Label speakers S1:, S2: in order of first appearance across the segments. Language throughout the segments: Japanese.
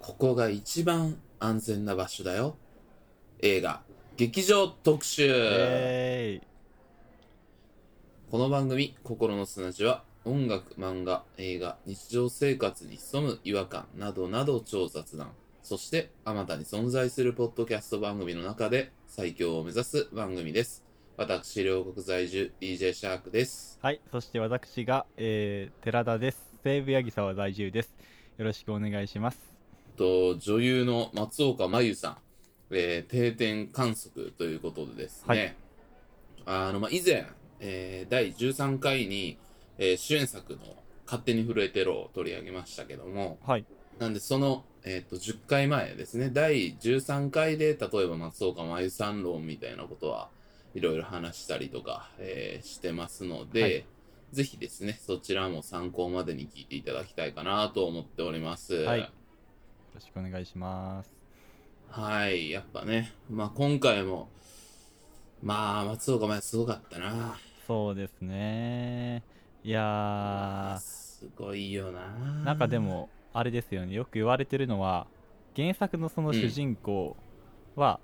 S1: ここが一番安全な場所だよ。映画、劇場特集、
S2: え
S1: この番組、心の砂地は、音楽、漫画、映画、日常生活に潜む違和感などなどを超雑談。そして、あまたに存在するポッドキャスト番組の中で最強を目指す番組です。私、両国在住、DJ シャークです。
S2: ーはい、そして私が、えー、寺田です。西部八木沢在住です。よろしくお願いします。
S1: と、女優の松岡真優さん、えー定点観測ということでですね、あの、まあ、以前、えー第13回に、えー主演作の勝手に震えてろを取り上げましたけども、
S2: はい、
S1: なんでその、えっ、と、10回前ですね、第13回で、例えば松岡真優さん論みたいなことはいろいろ話したりとか、えーしてますので、
S2: はい
S1: ぜひですね、そちらも参考までに聞いていただきたいかなと思っております。
S2: はいよろしくお願いします。
S1: はい、やっぱね、まあ今回も、まあ松岡前すごかったな。
S2: そうですね。いやー、
S1: すごいよな。
S2: なんかで、も、あれですよね、よく言われてるのは、原作のその主人公は、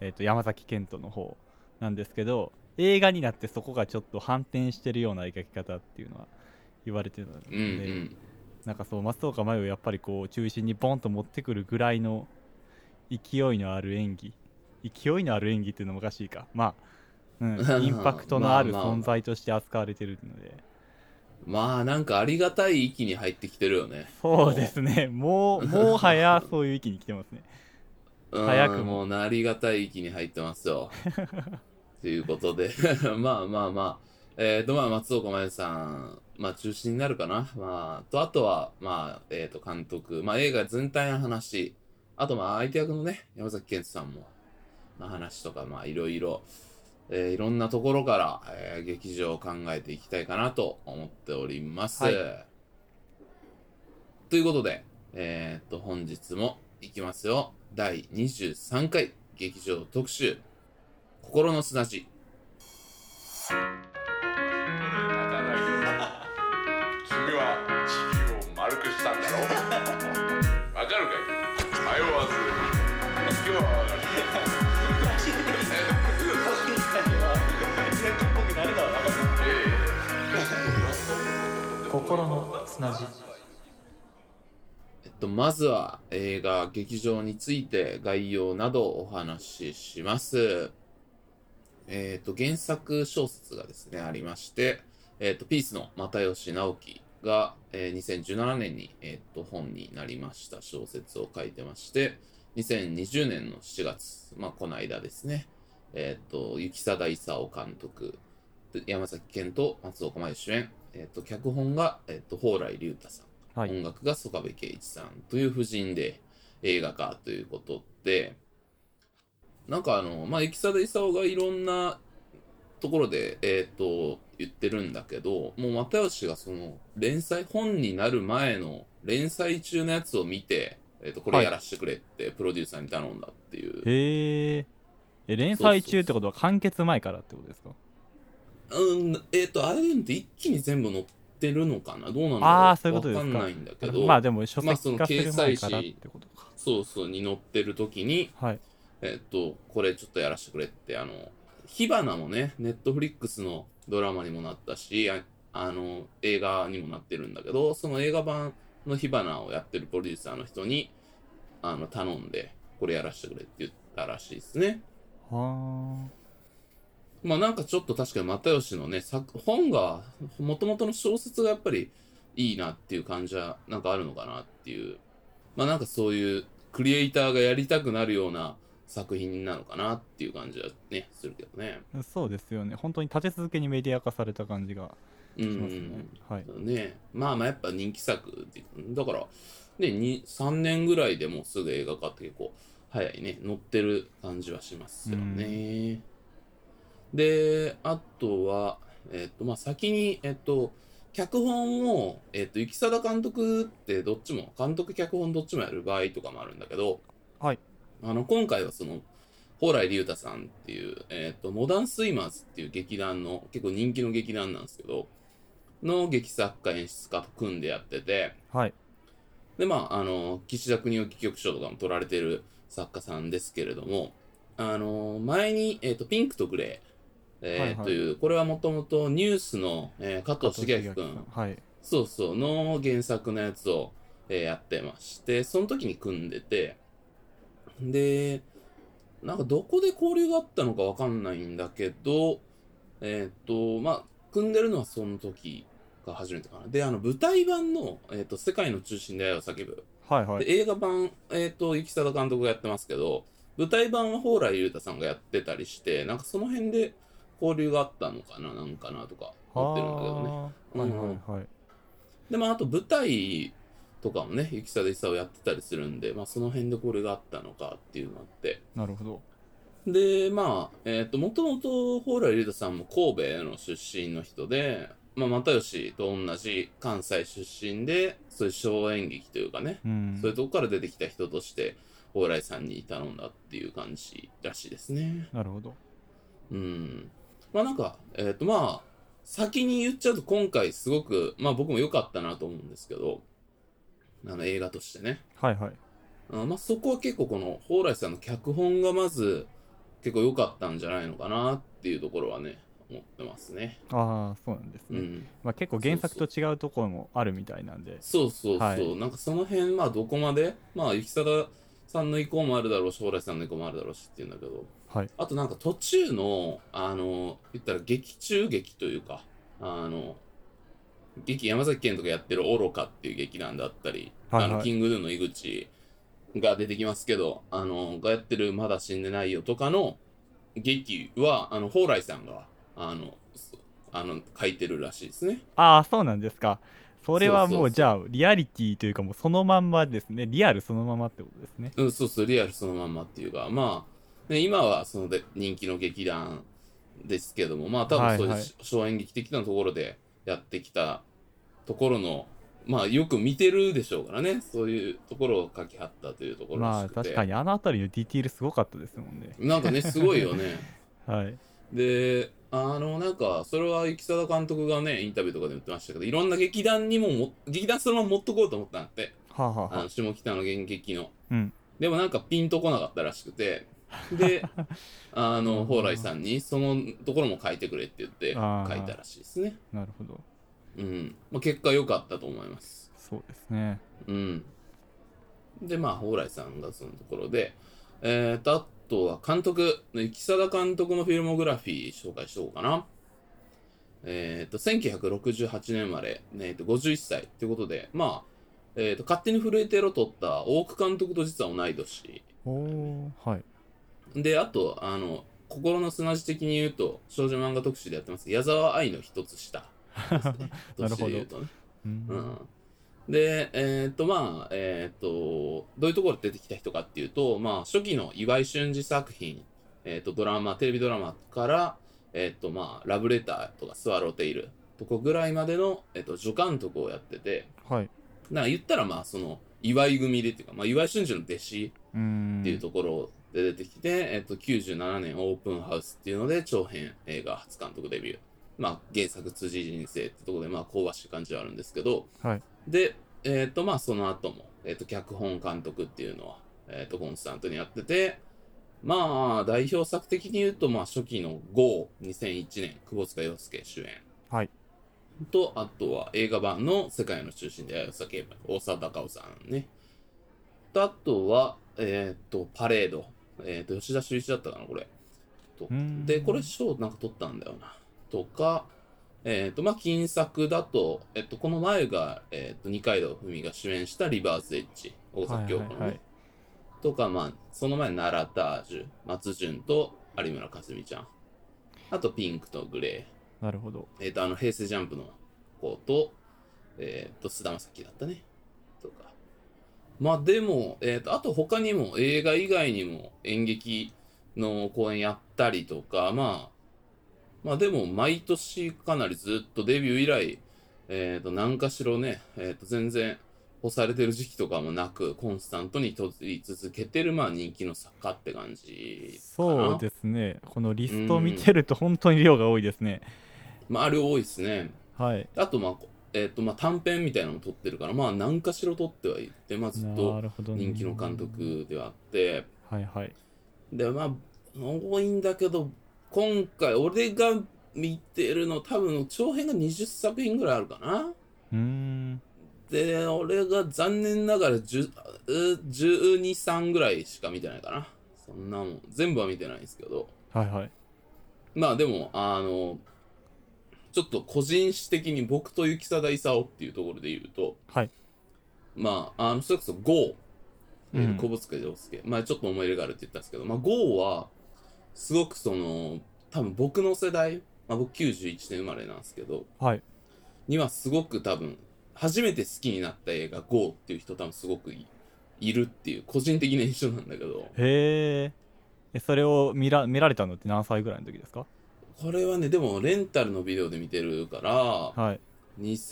S2: えっ、と、山崎賢人の方なんですけど、映画になってそこがちょっと反転してるような描き方っていうのは言われてるので、
S1: うんうん。
S2: なんかそう松岡茉優をやっぱりこう中心にボンと持ってくるぐらいの勢いのある演技勢いのある演技っていうのもおかしいかまあ、う ん、インパクトのある
S1: まあまあ
S2: 存在として扱われてるので、
S1: まあなんかありがたい域に入ってきてるよね。
S2: そうですねも うもはやそういう域に来てますね
S1: うん
S2: 早くも
S1: もうなありがたい域に入ってます よ。ということで、 まあまあまあ、えっ、とまあ松岡茉優さん、まあ中心になるかな。まあ、とあとは、まあ、えっ、と監督、まあ映画全体の話、あとまあ相手役のね、山崎健人さんも、の話とか、まあいろいろ、えーいろんなところから、えー劇場を考えていきたいかなと思っております。
S2: はい
S1: ということで、えーっと、本日もいきますよ。第23回劇場特集、心の砂地。
S3: 君は地球を丸くしたんだろうわかるかい迷わず今日はわかる
S2: 心の砂地
S1: えっと、まずは映画、劇場について概要などをお話しします。えっと、原作小説がですね、ありまして、えっと、ピースの又吉直樹が、えー2017年に、えっと、本になりました小説を書いてまして、2020年の7月、まあ、この間ですね、えっと、雪貞勲監督、山崎賢と松岡茉優主演、えっと、脚本が、えっと、蓬莱竜太さん。
S2: はい、
S1: 音楽が曽我部圭一さんという夫人で映画化ということで、なんかあの、まあ、生貞勲がいろんなところで、えっ、と、言ってるんだけど、もう又吉がその、連載、本になる前の連載中のやつを見て、えっ、と、これやらせてくれってプロデューサーに頼んだっていう。
S2: へーえ連載中ってことは完結前からってことですか
S1: うん、えっ、と、あれで一気に全部載ってるのかなどうなんだろう
S2: あーそういうことですか
S1: わかんないんだけど、
S2: まあでも書
S1: まあその
S2: 籍化する前からっ
S1: 掲載誌
S2: てことか、
S1: そうそう、に載ってる時に、
S2: はい
S1: えっと、これちょっとやらせてくれって、あの、火花もね、ネットフリックスのドラマにもなったし、ああの、映画にもなってるんだけど、その映画版の火花をやってるプロデューサーの人に、あの、頼んで、これやらせてくれって言ったらしいですね。
S2: はー
S1: まあなんかちょっと確かに又吉のね、作本が、もともとの小説がやっぱりいいなっていう感じは、なんかあるのかなっていう。まあなんかそういう、クリエイターがやりたくなるような作品なのかなっていう感じはね、するけどね。
S2: そうですよね本当に立て続けにメディア化された感じが
S1: う
S2: しますね、
S1: ん。
S2: はい
S1: ねまあまあやっぱ人気作ってだから、ね、に3年ぐらいでもうすぐ映画化って結構早いね、乗ってる感じはしますよね。で、あとは、えっと、まあ先に、えっと、脚本を、えっと、雪貞監督ってどっちも、監督脚本どっちもやる場合とかもあるんだけど、
S2: はい。
S1: あの、今回はその、蓬莱竜太さんっていう、えっと、モダンスイマーズっていう劇団の、結構人気の劇団なんですけど、の劇作家演出家と組んでやってて、
S2: はい
S1: で、まあ、あの、岸田国を戯曲賞とかも取られてる作家さんですけれども、あの、前に、えっ、と、ピンクとグレー、えー
S2: はいはい
S1: という、これはもともとニュースの、えー加藤茂明君
S2: はい
S1: そうそう、の原作のやつを、えーやってまして、その時に組んでて、で、なんかどこで交流があったのかわかんないんだけど、えーっと、まあ、組んでるのはその時が初めてかな。で、あの、舞台版の、えーっと、世界の中心で愛を叫ぶ。
S2: はいはい
S1: で映画版、えーっと、雪貞監督がやってますけど、舞台版は蓬莱裕太さんがやってたりして、なんかその辺で交流があったのかな、なんかなとか思ってるんだけどね。
S2: あーはいはいはい、
S1: で、まあ、あと舞台とかもね、ゆきさで久をやってたりするんで、まあ、その辺でこれがあったのかっていうのがあって。
S2: なるほど
S1: で、まあ、えっ、と、もともと、蓬莱竜太さんも神戸の出身の人で、まあ、又吉と同じ関西出身で、そういう小演劇というかね、
S2: うん
S1: そういうとこから出てきた人として、蓬莱さんに頼んだっていう感じらしいですね。
S2: なるほど
S1: うん。まあなんか、えっ、とまあ、先に言っちゃうと今回すごく、まあ僕も良かったなと思うんですけど、あの映画としてね。
S2: はいはい
S1: あまあそこは結構この蓬莱さんの脚本がまず結構良かったんじゃないのかなっていうところはね、思ってますね。
S2: ああそうなんです
S1: う
S2: ね、
S1: ん。
S2: まあ、結構原作と違うところもあるみたいなんで
S1: そうそうそう。
S2: はい
S1: なんかその辺、まあどこまで、まあ雪貞さんの意向もあるだろうし、蓬莱さんの意向もあるだろうしっていうんだけど、
S2: はい
S1: あとなんか途中の、あの、言ったら劇中劇というか、あの、劇山崎賢人がやってる愚かっていう劇団だったり、
S2: はいはい
S1: あの、キングヌーの井口が出てきますけど、あの、がやってるまだ死んでないよとかの劇は、あの、蓬莱さんが、あの、そあの、書いてるらしいですね。
S2: ああそうなんですかそれはも
S1: そうそうそ
S2: う
S1: う
S2: じゃあリアリティというかもうそのまんまですねリアルそのままってことですね
S1: うん、そうそう、リアルそのまんまっていうか、まあ、ね、今はそので人気の劇団ですけども、まあ多
S2: は
S1: 分そう
S2: い
S1: いう
S2: はい
S1: し小演劇的なところでやってきたところの、まあよく見てるでしょうからね、そういうところを書き張ったというところ
S2: ま
S1: ら
S2: あ
S1: しく
S2: 確
S1: て。
S2: かにあの辺りのディティールすごかったですもんね
S1: なんかね、すごいよ ね。
S2: はい
S1: で、あの、なんか、それは雪貞監督がね、インタビューとかでも言ってましたけど、いろんな劇団にもも、劇団そのまま持っとこうと思ったんだって。
S2: はあ、はあ
S1: あ
S2: はあ
S1: の、下北の現劇の。
S2: うん
S1: でもなんかピンとこなかったらしくて、 で、あ
S2: うん
S1: の、蓬莱さんにそのところも書いてくれって言って
S2: あー
S1: 書いたらしいですね。
S2: なるほど
S1: うん。まあ、結果良かったと思います。
S2: そうですね
S1: うん。で、まあ、蓬莱さんがそのところで、えーと、あとは監督、雪貞監督のフィルモグラフィー紹介しようかな。えーと、1968年生まれ、えーと、51歳ということで、まあ、えーと、勝手に震えてろとった大久監督と実は同い年。
S2: おおはい
S1: で、あと、あの、心の砂地的に言うと、少女漫画特集でやってますけど、矢沢愛の一つ下ですね。
S2: なるほど
S1: 年で言うとね。
S2: うん
S1: うん。で、えーっと、まあ、えーっと、どういうところで出てきた人かっていうと、まあ、初期の岩井俊二作品、えーっと、ドラマ、テレビドラマから、えーっと、まあ、ラブレターとかスワローテイルとこぐらいまでの、えーっと、助監督をやってて、
S2: はい
S1: な言ったら、まあ、その、岩井組でっていうか、まあ、岩井俊二の弟子
S2: うーん
S1: っていうところで出てきて、えっと、97年オープンハウスっていうので長編映画初監督デビュー。まあ、原作辻人生ってところで、まあ、香ばしい感じはあるんですけど、
S2: はい
S1: で、えっと、まあ、その後も、えっと、脚本監督っていうのは、えっと、コンスタントにやってて、まあ、代表作的に言うと、まあ、初期の GO、2001年、窪塚洋介主演。
S2: はい
S1: と、あとは映画版の世界の中心で愛を叫ぶ、大沢たかおさんね。と、あとは、えっ、と、パレード。えっ、と、吉田修一だったかな、これ。と
S2: うーん
S1: で、これ、賞なんか取ったんだよな。とか、えっ、と、まあ、金作だと、えっ、と、この前が、えっ、と、二階堂ふみが主演したリバースエッジ、大
S2: は
S1: 崎
S2: い
S1: 京
S2: は
S1: 子のね。
S2: いはい
S1: とか、まあ、その前、奈良タージュ、松潤と有村架純ちゃん。あと、ピンクとグレー。
S2: なるほど
S1: えっ、と、あの、平成ジャンプの子と、えっ、と、菅田将暉だったね。とか。まあ、でも、えっ、と、あと他にも映画以外にも演劇の公演やったりとか、まあ、まあでも、毎年かなりずっとデビュー以来、えっ、と、何かしらね、えっ、と、全然、干されてる時期とかもなく、コンスタントに取り続けてる、まあ人気の作家って感じかな。
S2: そうですねこのリストを見てると本当に量が多いですね
S1: まあ、あれ多いですね。
S2: はい
S1: あとまあこえっとまあ、短編みたいなのも撮ってるから、まあ、何かしら撮ってはいて、まあ、ずっ
S2: な
S1: と
S2: るほどね
S1: 人気の監督ではあって、
S2: はいはい
S1: で、まあ、多いんだけど、今回、俺が見てるの、多分、長編が20作品ぐらいあるかな。
S2: うーん
S1: で、俺が残念ながら10う12、3ぐらいしか見てないかな。そんなもん、全部は見てないんですけど。
S2: はいはい
S1: まあでも、あの、ちょっと個人史的に僕と雪貞勲っていうところで言うと、
S2: はい
S1: まあ、あの、それこそ GO、え
S2: う
S1: ー
S2: ん
S1: 小仏家丈介、まあちょっと思い入れがあるって言ったんですけど、まあ GO は、すごくその、多分僕の世代、まあ僕91年生まれなんですけど、
S2: はい
S1: にはすごく多分、初めて好きになった映画 GO っていう人多分すごくいいるっていう、個人的な印象なんだけど、
S2: へーえそれを見ら見られたのって何歳ぐらいの時ですか
S1: これはね、でもレンタルのビデオで見てるから、
S2: はい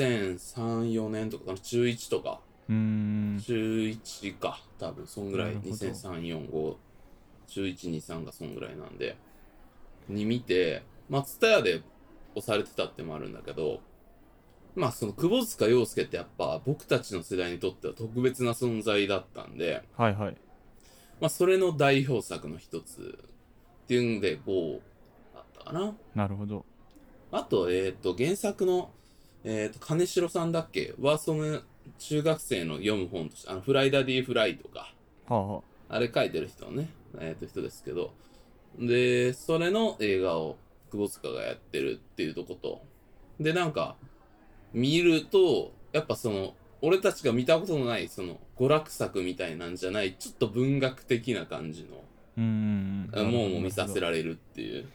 S1: 2003,4年とかかな、中1とか、
S2: うーん
S1: 中1か、多分そんぐらい、
S2: なるほど
S1: 2003,4,5、中1、2、3がそんぐらいなんで、に見て、まあ、ツタヤで押されてたってのもあるんだけど、まあ、その、窪塚洋介ってやっぱ、僕たちの世代にとっては特別な存在だったんで、
S2: はいはい
S1: まあ、それの代表作の一つっていうんで、5だったかな。
S2: なるほど
S1: あと、えっ、と、原作の、えっ、と、金城さんだっけは、その、中学生の読む本として、あの、フライダディフライとか、
S2: はあ、は
S1: あれ書いてる人のね、えっ、と、人ですけど、で、それの映画を、窪塚がやってるっていうとこと、で、なんか、見ると、やっぱその、俺たちが見たことのない、その、娯楽作みたいなんじゃない、ちょっと文学的な感じの、
S2: あ、うーん
S1: あもうもう見させ
S2: れ、
S1: られるっていう。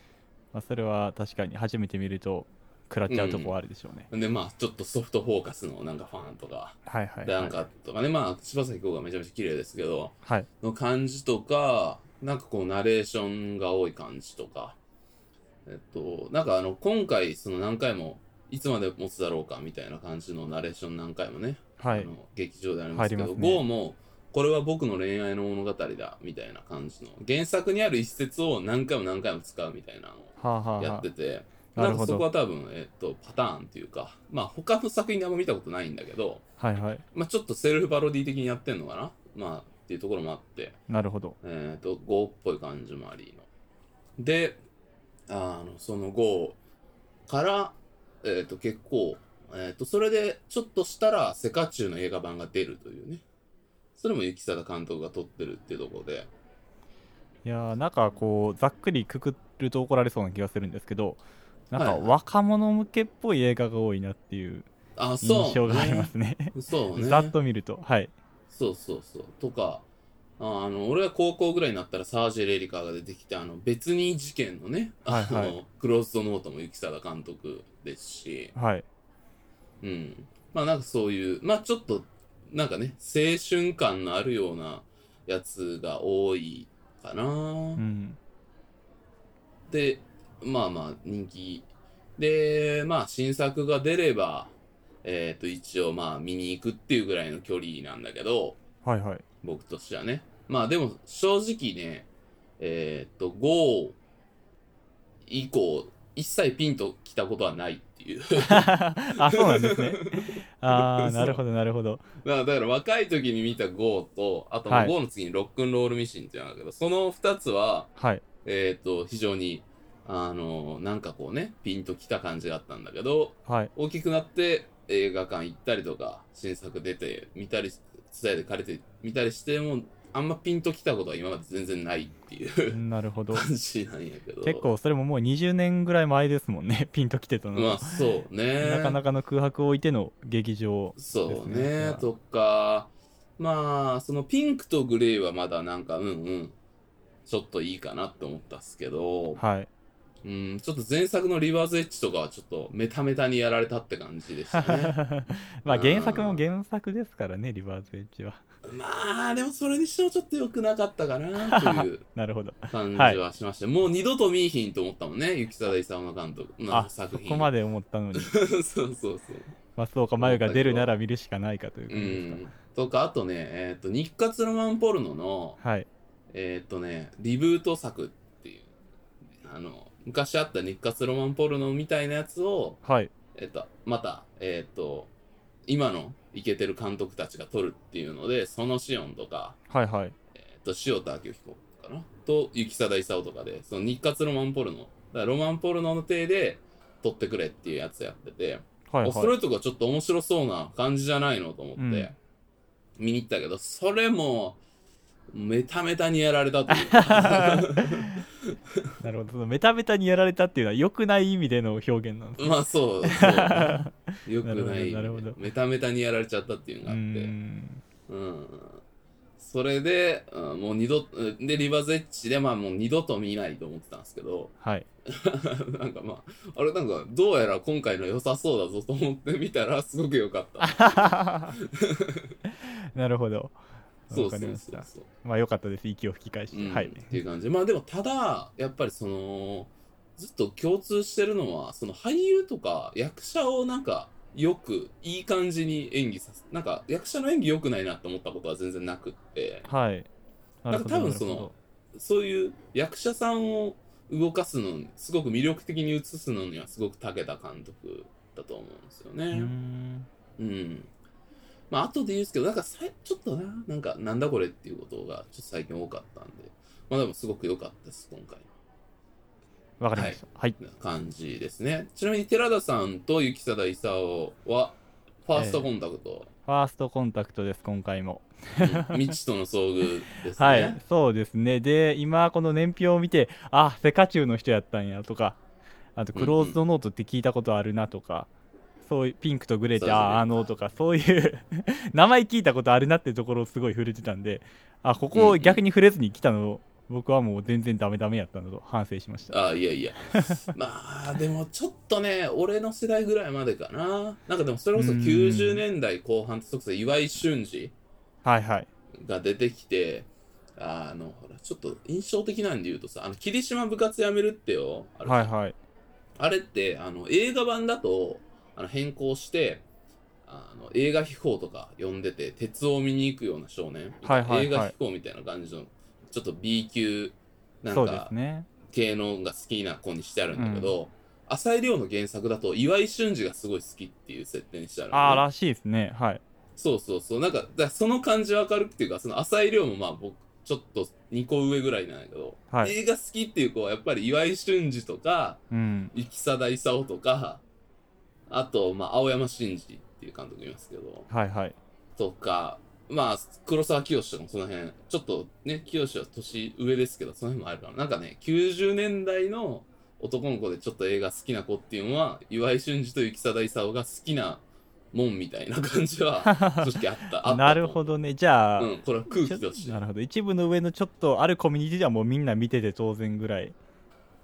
S2: まあ、それは確かに初めて見ると食らっちゃうとこはあるでしょうね、
S1: で、まあ、ちょっとソフトフォーカスのなんかファンとか、
S2: はいはい
S1: で
S2: はい
S1: なんかとかね、まあ、柴咲コウがめちゃめちゃ綺麗ですけど、
S2: はい
S1: の感じとか、なんかこう、ナレーションが多い感じとか、えっと、なんかあの、今回、その何回も、いつまで持つだろうかみたいな感じのナレーション何回もね、
S2: は
S1: あ
S2: い
S1: の劇場でありますけ
S2: 入
S1: ど、
S2: りますね
S1: GO も、これは僕の恋愛の物語だ、みたいな感じの、原作にある一節を何回も何回も使うみたいなのを
S2: はあ、はあ
S1: やっ
S2: は
S1: てて、
S2: あ、
S1: な
S2: なんる
S1: か
S2: ほ
S1: そ
S2: ど
S1: こは多分、えっと、パターンっていうか、まあ他の作品であんま見たことないんだけど、
S2: はいはい
S1: まあ、ちょっとセルフパロディ的にやってんのかなまあ、っていうところもあって、
S2: なるほど
S1: えっ、と、GO っぽい感じもありの。で、あの、その GO から、えっ、と、結構、えっ、と、それで、ちょっとしたら、セカチュウの映画版が出るというね。それも雪貞監督が撮ってるっていうところで。
S2: いやーなんかこうざっくりくくると怒られそうな気がするんですけどなんか
S1: はいはい
S2: 若者向けっぽい映画が多いなっていう
S1: あ、そう、
S2: 印象がありますね。
S1: そうね。
S2: ざっと見るとはい
S1: そうそうそう。とか、ああの、俺が高校ぐらいになったらサージェ・レリカが出てきた、あの、別に事件のね、
S2: はいはい
S1: あの、クローズドノートも雪貞監督ですし、
S2: はい
S1: うん。まあなんかそういう、まあちょっと、なんかね、青春感のあるようなやつが多いかな、
S2: うん
S1: で、まあまあ人気。で、まあ新作が出れば、えっ、と一応まあ見に行くっていうぐらいの距離なんだけど、
S2: はいはい
S1: 僕としてはね。まあでも正直ね、えーっと、5以降、一切ピンときたことはないっていう。だか
S2: あそうなんです ねああなるほどなるほど
S1: らだから若い時に見た5と、あと
S2: はい
S1: 5の次にロックンロールミシンっていうのがあるけど、その2つは、
S2: はい
S1: えーっと、非常に、あのなんかこうね、ピンときた感じがあったんだけど、
S2: はい
S1: 大きくなって映画館行ったりとか、新作出て見たり、伝えて借りて見たりしても、あんまピンときたことは今まで全然ないっていう。
S2: なる ほど
S1: 感じなんやけど
S2: 結構それももう20年ぐらい前ですもんね ピンときてたの、
S1: まあそうね
S2: なかなかの空白を置いての劇場
S1: そう
S2: ですね
S1: ねとかまあそのピンクとグレーはまだなんかうんうんちょっといいかなって思ったっすけど、
S2: はい
S1: うん、ちょっと前作のリバーズエッジとかはちょっとメタメタにやられたって感じでした ね
S2: まあ
S1: うん
S2: 原作も原作ですからねリバーズエッジは
S1: まあでもそれにしてもちょっと良くなかったかなという
S2: なるほど
S1: 感じはしました、もう二度と見いひんと思ったもんね雪貞勲の監督の
S2: あそ
S1: 作品
S2: こまで思ったのに
S1: そうそうそう
S2: まあそうか眉が出るなら見るしかないかという
S1: う
S2: 感じですか、
S1: んとかあとねえっ、と日活ロマンポルノの
S2: はい
S1: えーっとね、リブート作っていう、あの、昔あった日活ロマンポルノみたいなやつを、
S2: はい
S1: えっと、また、えーっと、今のイケてる監督たちが撮るっていうので、そのシオンとか、
S2: はいはい
S1: えっと、塩田明彦かなと、雪貞勲とかで、その日活ロマンポルノ。だからロマンポルノの体で撮ってくれっていうやつやってて、
S2: はい
S1: おそ
S2: は
S1: れ
S2: い
S1: とかちょっと面白そうな感じじゃないのと思って、
S2: うん
S1: 見に行ったけど、それも、メタメタにやられたというか
S2: なるほどそのメタメタにやられたっていうのは良くない意味での表現なんですね
S1: まあそう、そう。よくない
S2: なるほどなるほど
S1: メタメタにやられちゃったっていうの
S2: う
S1: があって。
S2: ん
S1: うんそれで、うんもう二度、うんで、リバーゼッチで、まあもう二度と見ないと思ってたんですけど、
S2: はい
S1: なんかまあ、あれなんか、どうやら今回の良さそうだぞと思ってみたら、すごく良かった。
S2: なるほど
S1: そう
S2: わ
S1: そ
S2: か
S1: う
S2: りまし
S1: そう
S2: た
S1: そう。
S2: まあ良かったです息を吹き返して、
S1: うん、
S2: はい
S1: っていう感じ。まあでも、ただ、やっぱりその、ずっと共通してるのは、その俳優とか役者をなんか、よく、いい感じに演技させ、なんか、役者の演技良くないなって思ったことは全然なくって、
S2: はいなるほど
S1: なんか多分その
S2: なるほど
S1: そういう役者さんを動かすのに、すごく魅力的に映すのにはすごく長けた監督だと思うんですよ
S2: う
S1: ね。
S2: ーん
S1: うん。まあ、後で言うんですけど、なんかさい、ちょっとな、なんか、なんだこれっていうことが、ちょっと最近多かったんで、まあでもすごく良かったです、今回
S2: わかりましたはい、
S1: の感じですね。ちなみに、寺田さんと雪貞勲は、ファーストコンタクト、
S2: ファーストコンタクトです今回も
S1: うん未知との遭遇ですね。
S2: はい、そうですね。で、今、この年表を見て、あ、セカチュウの人やったんやとか、あと、
S1: うんうん
S2: クローズドノートって聞いたことあるなとか、そういう、ピンクとグレーって、
S1: そうですね
S2: あー、あのとか、そういう、 名前聞いたことあるなっていうところをすごい触れてたんで、あ、ここ
S1: うんう
S2: を
S1: ん
S2: 逆に触れずに来たの、僕はもう全然ダメダメやったのと反省しました。
S1: ああいやいやまあでもちょっとね俺の世代ぐらいまでかななんかでもそれこそ
S2: うん
S1: 90年代後半ってそれこそ岩井俊二
S2: はいはい。
S1: が出てきてあのほらちょっと印象的なんで言うとさあの霧島部活やめるってよあれ,、
S2: はいはい。
S1: あれってあの映画版だとあの変更してあの映画秘宝とか呼んでて鉄を見に行くような少年、
S2: はいはいはい
S1: 映画秘宝みたいな感じのちょっと B 級なん
S2: そうで
S1: か
S2: すね。
S1: 系のが好きな子にしてあるんだけど、浅井亮の原作だと岩井俊二がすごい好きっていう設定にしてあるのね、
S2: あー、らしいですね。はい。
S1: そうそうそうなんかだからその感じわかるっていうかその浅井亮もまあ僕ちょっと2個上ぐらいなんだけど、
S2: はい。
S1: 映画好きっていう子はやっぱり岩井俊二とか
S2: うん。
S1: 生貞勲とかあとまあ青山真司っていう監督いますけど
S2: はいはい。
S1: とかまあ黒沢清とかもその辺ちょっとね清は年上ですけどその辺もあるからなんかね90年代の男の子でちょっと映画好きな子っていうのは岩井俊二と雪貞勲が好きなもんみたいな感じ は正直あったあった
S2: なるほどね。じゃあ、
S1: うんこれは空気として
S2: ちょなるほど一部の上のちょっとあるコミュニティではもうみんな見てて当然ぐらい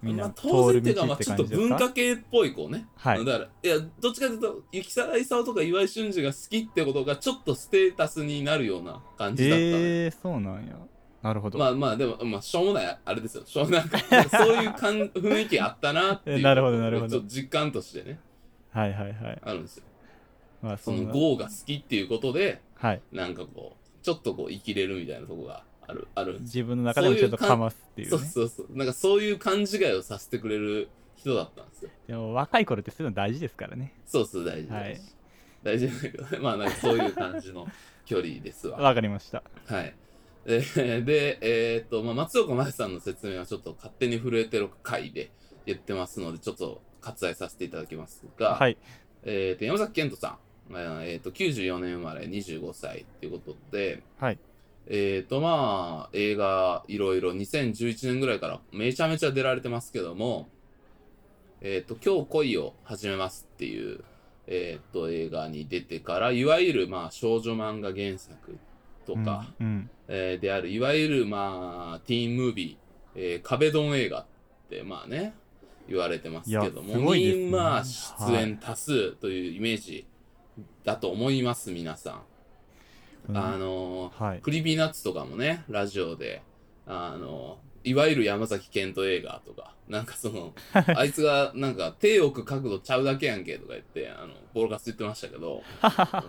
S2: みん
S1: ま
S2: な
S1: あ、
S2: 通
S1: 当然
S2: る
S1: っていうか、
S2: 道
S1: まあ、
S2: って
S1: ちょっ
S2: 感
S1: と
S2: じです
S1: 文
S2: か、
S1: 化系っぽい子ね。
S2: はい
S1: だから、いや、どっちかというと、雪貞勲とか岩井俊二が好きってことが、ちょっとステータスになるような感じだったのよ、
S2: えー、そうなんやなるほど、
S1: まあまあでも、まあ、しょうもないあれですよしょうもないなんかそういう感雰囲気あったなっていう
S2: なるほどなるほど
S1: ちょっと実感としてね
S2: はいはいはい
S1: あるんですよ
S2: まあそ
S1: そ
S2: ん
S1: の
S2: な
S1: 豪が好きっていうことで
S2: はい
S1: なんかこうちょっとこう生きれるみたいなとこがあるあるんです
S2: 自分の中でもちょっとかますっていう
S1: そ
S2: ね
S1: うそうそうなんかそういう勘違いをさせてくれる人だったんですよ
S2: でも若い頃ってそういうの大事ですからね
S1: そうそう大事
S2: はい
S1: 大事大事だけどねまあなんかそういう感じの距離ですわ
S2: わかりました
S1: はい。えーで、えーっと、まあ、松岡茉優さんの説明はちょっと勝手に震えてる回で言ってますので、ちょっと割愛させていただきますが、
S2: はい
S1: えーっと、山崎賢人さん、えーっと、94年生まれ25歳っていうことで、
S2: はい
S1: えーっと、まあ、映画いろいろ2011年ぐらいからめちゃめちゃ出られてますけども、えーっと、今日恋を始めますっていう、えーっと、映画に出てから、いわゆる、まあ、少女漫画原作とか、
S2: うん、うん
S1: えーである、いわゆる、まあ、ティーンムービー、えー壁ドン映画って、まあね、言われてますけど
S2: いやす
S1: も、
S2: ごいですね
S1: に、まあ、出演多数というイメージだと思います、皆さ
S2: うん
S1: ん。あのー、
S2: はい
S1: クリビーナッツとかもね、ラジオで、あのー、いわゆる山崎賢人映画とか、なんかそ の、あいつがなんか手置く角度ちゃうだけやんけとか言って、あの、ボロカス言ってましたけ ど、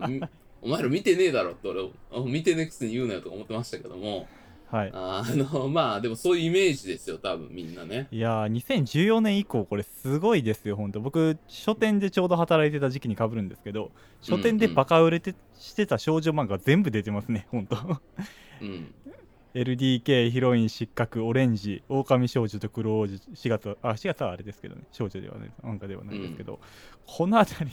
S1: みお前ら見てねえだろって俺、あ見てねえくせに言うなよとか思ってましたけども、
S2: はい
S1: あの、まあ、でもそういうイメージですよ、多分みんなね。
S2: いやー2014年以降これすごいですよ本当僕書店でちょうど働いてた時期にかぶるんですけど書店でバカ売れて、してた少女漫画全部出てますね本当
S1: うん。
S2: LDK ヒロイン失格オレンジ狼少女と黒王子4月はあ4月はあれですけどね少女ではない漫画ではないですけど、この辺り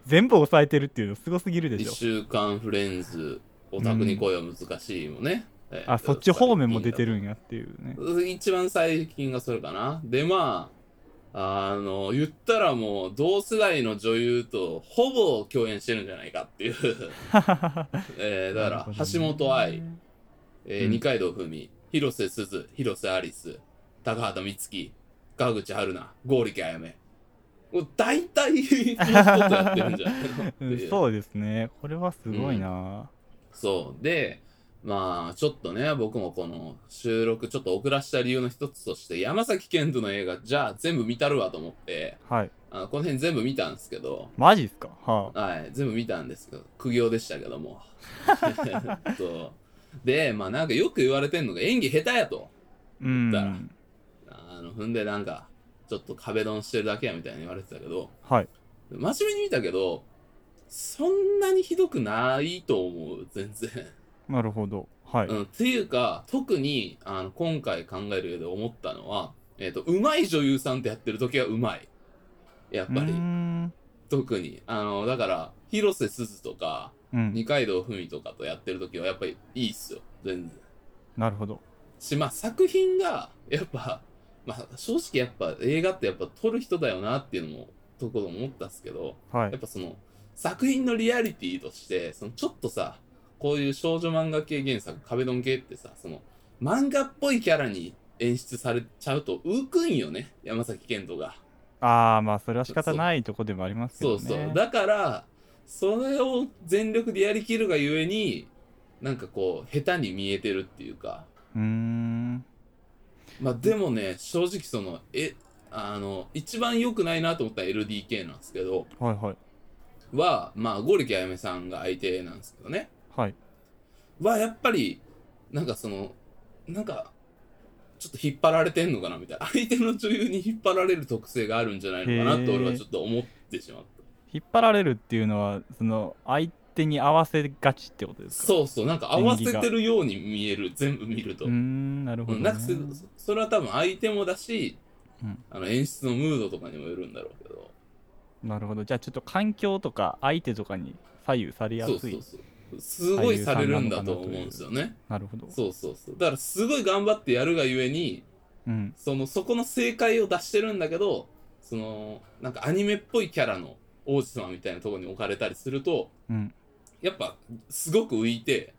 S2: 全部抑えてるっていうのすごすぎるでし
S1: 一
S2: ょ
S1: 週間フレンズ、オタクに声は難しいもね。えー
S2: あそっち方面も出てるんやっていうね
S1: 一番最近がそれかな。で、まあ、あの、言ったらもう、同世代の女優とほぼ共演してるんじゃないかって いう。えーだ
S2: なる
S1: か
S2: ほ
S1: ら、
S2: どね
S1: 橋本愛、えー
S2: うん
S1: 二階堂ふみ、広瀬すず、広瀬アリス、高畑充希、川口春奈、剛力あやめ。もう大体、その人とやってるんじゃないのって
S2: う
S1: い
S2: んそうですねこれはすごいな、
S1: そう。で、まあ、ちょっとね、僕もこの収録ちょっと遅らした理由の一つとして、山崎賢人の映画、じゃあ全部見たるわと思って、
S2: はい
S1: あのこの辺全部見たんですけど、
S2: マジっすかは
S1: はい、全部見たんですけど、苦行でしたけども。 えっとで、まあなんかよく言われてんのが演技下手やと。
S2: あう
S1: だ
S2: ん
S1: あの、踏んでなんか、ちょっと壁ドンしてるだけやみたいに言われてたけど、
S2: はい
S1: 真面目に見たけど、そんなにひどくないと思う、全然。
S2: なるほどはい、
S1: うん、っていうか、特に、あの、今回考える上で思ったのは、えっ、と、うまい女優さんってやってる時はうまい。やっぱ
S2: うー
S1: り、
S2: ん
S1: 特に。あの、だから、広瀬すずとか、
S2: うん
S1: 二階堂ふみとかとやってる時は、やっぱりいいっすよ。全然。
S2: なるほど
S1: し、まあ、作品が、やっぱ、まあ、正直やっぱ映画ってやっぱ撮る人だよなっていうのも、ところも思ったんですけど、
S2: は
S1: や
S2: い
S1: っぱその作品のリアリティとしてそのちょっとさこういう少女漫画系原作壁ドン系ってさその漫画っぽいキャラに演出されちゃうと浮くんよね山崎賢人が
S2: ああまあそれは仕方ないとこでもありますけ
S1: そ
S2: ど
S1: う
S2: ね
S1: そう、だからそれを全力でやりきるがゆえになんかこう下手に見えてるっていうか
S2: うーん
S1: まあでもね正直そのえあの一番良くないなと思ったら LDK なんですけど
S2: はいはい
S1: はまあゴリキあやめさんが相手なんですけどね
S2: はい
S1: はやっぱりなんかそのなんかちょっと引っ張られてんのかなみたいな 相手の女優に引っ張られる特性があるんじゃないのかなと
S2: へー
S1: 俺はちょっと思ってしまっ
S2: 引っ張られるっていうのはその相手に合わせがちってことで
S1: た
S2: すか
S1: そうそうなんか合わせてるように見える全部見ると、
S2: うーんなるほ
S1: う
S2: ど、
S1: ん
S2: ね、
S1: なんかそそれは多分相手もだし、
S2: うん
S1: あの演出のムードとかにもよるんだろうけど
S2: なるほどじゃあちょっと環境とか相手とかに左右されや
S1: そう
S2: す
S1: そ
S2: いう
S1: そうすごいされるんだと思うんですよね
S2: なるほど
S1: そうそうそうだからすごい頑張ってやるがゆえに
S2: うん
S1: そのそこの正解を出してるんだけどそのなんかアニメっぽいキャラの王子様みたいなところに置かれたりすると
S2: うん
S1: やっぱすごく浮いて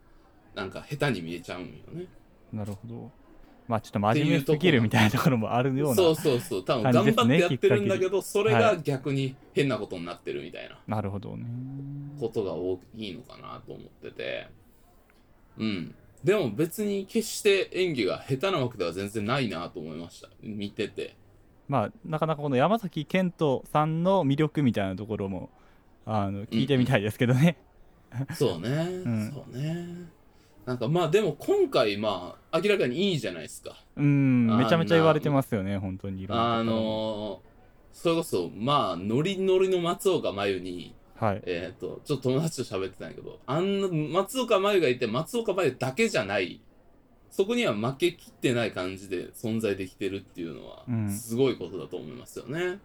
S1: なんか下手に見えちゃうんよね
S2: なるほどまあちょっと真面目すぎるみたいなところもあるような
S1: そうそうそう多分
S2: 感じ
S1: 頑
S2: です
S1: 張っ
S2: ね
S1: てやってるんだ
S2: きっ
S1: けどそれ
S2: は
S1: が逆に変なことになってるみたいな
S2: なるほどね
S1: ことが大きいのかなと思っててうんでも別に決して演技が下手なわけでは全然ないなと思いました見てて
S2: まあなかなかこの山崎賢人さんの魅力みたいなところもあの聞いてみたいですけどね、
S1: そうね、
S2: ん
S1: そうね。なんかまあでも今回まあ明らかにいいじゃないですか。
S2: うん、
S1: あー
S2: めちゃめちゃ言われてますよね、本当にいろん
S1: あ
S2: なところも
S1: のー、それこそまあノリノリの松岡真優に、
S2: はい、
S1: えっ、と、ちょっと友達と喋ってたんやけど、あんな松岡真優がいて松岡真優だけじゃない、そこには負けきってない感じで存在できてるっていうのは
S2: うん
S1: すごいことだと思いますよね。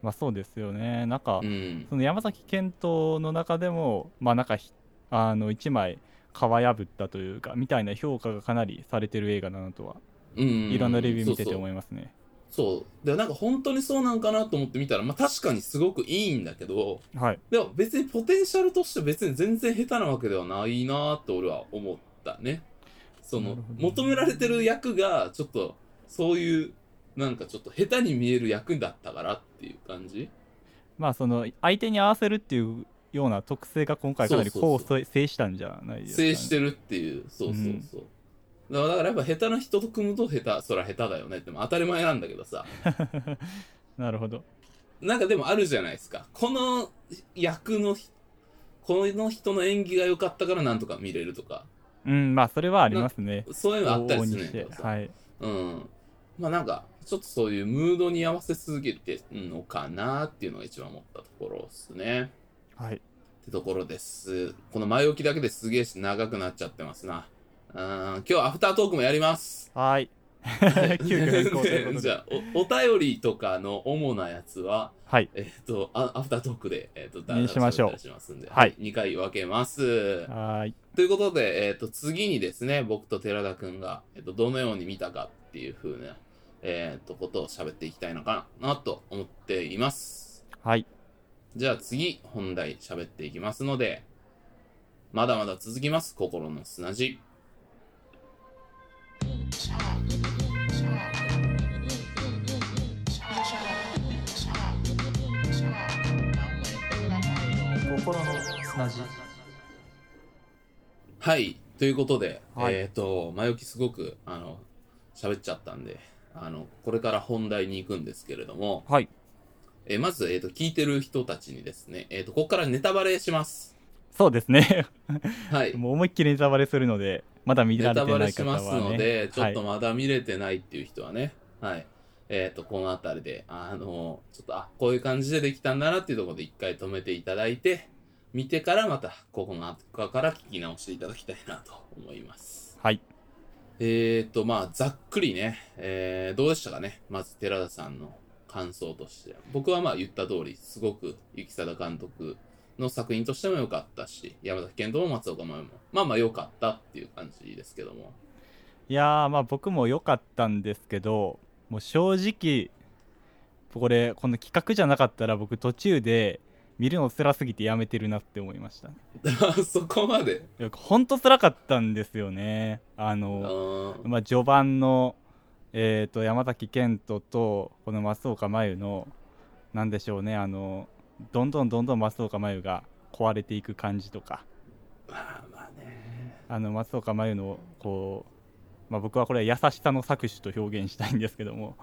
S2: まあそうですよね、なんか、
S1: うん。
S2: その山崎賢人の中でも、まあなんかひ、あの一枚、皮破ったというか、みたいな評価がかなりされてる映画だなとは、
S1: うん。
S2: いろんなレビュー見
S1: そ
S2: て
S1: う
S2: て
S1: そう
S2: 思いますね。
S1: そう。で、なんか本当にそうなんかなと思ってみたら、まあ確かにすごくいいんだけど、
S2: はい、
S1: でも別にポテンシャルとして別に全然下手なわけではないなって俺は思ったね。そ
S2: な
S1: の
S2: るほど
S1: 求められてる役がちょっとそういうなんかちょっと下手に見える役だったからっていう感じ。
S2: まあ、その相手に合わせるっていうような特性が今回、かなり
S1: そうそう
S2: こう
S1: そう
S2: せ制したんじゃないですか、ね。
S1: 制してるっていう、そうそうそう。だからだからやっぱ下手な人と組むと下手、そら下手だよねって、まあ当たり前なんだけどさ。
S2: なるほど。
S1: なんかでもあるじゃないですか。この役のひ、この人の演技が良かったからなんとか見れるとか。
S2: うん、まあ、それはありますね。
S1: そういうのあったりするねん
S2: 往々
S1: け
S2: に
S1: ど
S2: して
S1: さ、
S2: はい。
S1: うんまあなんかちょっとそういうムードに合わせ続けてんのかなっていうのが一番思ったところですね
S2: はい。
S1: ってところですこの前置きだけですげえ長くなっちゃってますなうん今日アフタートークもやります
S2: はい。 急遽変更というこ と
S1: じ
S2: で。
S1: ゃあお、お便りとかの主なやつは、
S2: はい。
S1: えっと、あアフタートークで、えっと、
S2: にしましょう
S1: だらだらったりますんで、
S2: はい
S1: 2回分けます。
S2: はーい。
S1: ということで、えっと、次にですね、僕と寺田くんが、えっと、どのように見たかっていうふうな、えっと、ことを喋っていきたいのかな、なと思っています。
S2: はい。
S1: じゃあ次、本題喋っていきますので、まだまだ続きます、心の砂地。
S4: 心の砂地
S1: はい、ということで、
S2: はい
S1: えっ、と、前置きすごく、あの、喋っちゃったんで、あの、これから本題に行くんですけれども、
S2: はい。
S1: えーまず、えっ、と、聞いてる人たちにですね、えっ、と、ここからネタバレします。
S2: そうですね。
S1: はい。
S2: もう思いっきりネタバレするので、まだ見
S1: ネ
S2: られ
S1: タ
S2: て
S1: バ
S2: な
S1: レ
S2: い
S1: し
S2: 方
S1: ます
S2: は
S1: の
S2: ね。
S1: で、ちょっとまだ見れてないっていう人はね、はい。えっ、と、このあたりで、あの、ちょっと、あ、こういう感じでできたんだなっていうところで一回止めていただいて、見てからまた、ここの中から聞き直していただきたいなと思います。
S2: はい。
S1: えーと、まあ、ざっくりね、えー、どうでしたかね。まず、寺田さんの感想として。僕はまあ、言った通り、すごく、雪貞監督の作品としても良かったし、山崎賢人も松岡真由も、まあまあ良かったっていう感じですけども。
S2: いやー、まあ僕も良かったんですけど、もう正直、これ、この企画じゃなかったら僕途中で見るの辛すぎてやめてるなって思いました。い
S1: そこまで。
S2: やほんと辛かったんですよね。あ
S1: う
S2: の、
S1: ーん。
S2: まあ序盤の、えー、と山崎賢人とこの松岡真優のなんでしょうねあのどんどんどんどん松岡真優が壊れていく感じとか
S1: まあまあね。
S2: あの松岡真優のこう、まあ、僕はこれは優しさの搾取と表現したいんですけども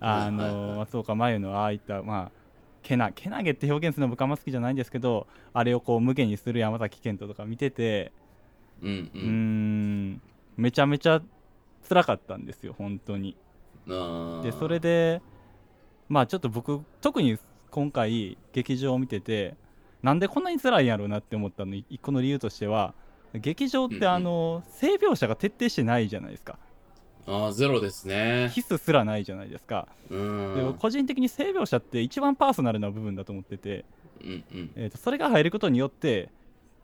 S2: あ
S1: はいはいは
S2: の
S1: い
S2: 松岡真優のああいったまあけなけなげって表現するの僕はあんま好きじゃないんですけどあれをこう無限にする山崎賢人とか見てて
S1: うんう
S2: うー
S1: ん。
S2: んめちゃめちゃ辛かったんですよ本当に。
S1: あー
S2: でそれ、でまあちょっと僕特に今回劇場を見ててなんでこんなに辛いんやろうなって思ったの一個の理由としては劇場っ
S1: うんう
S2: て
S1: ん
S2: あの、性描写が徹底してないじゃないですか
S1: あーゼロですね。
S2: キスすらないじゃないですか、
S1: う
S2: で
S1: ーん。
S2: 個人的に性描写って一番パーソナルな部分だと思ってて、
S1: うんうん。
S2: えー、とそれが入ることによって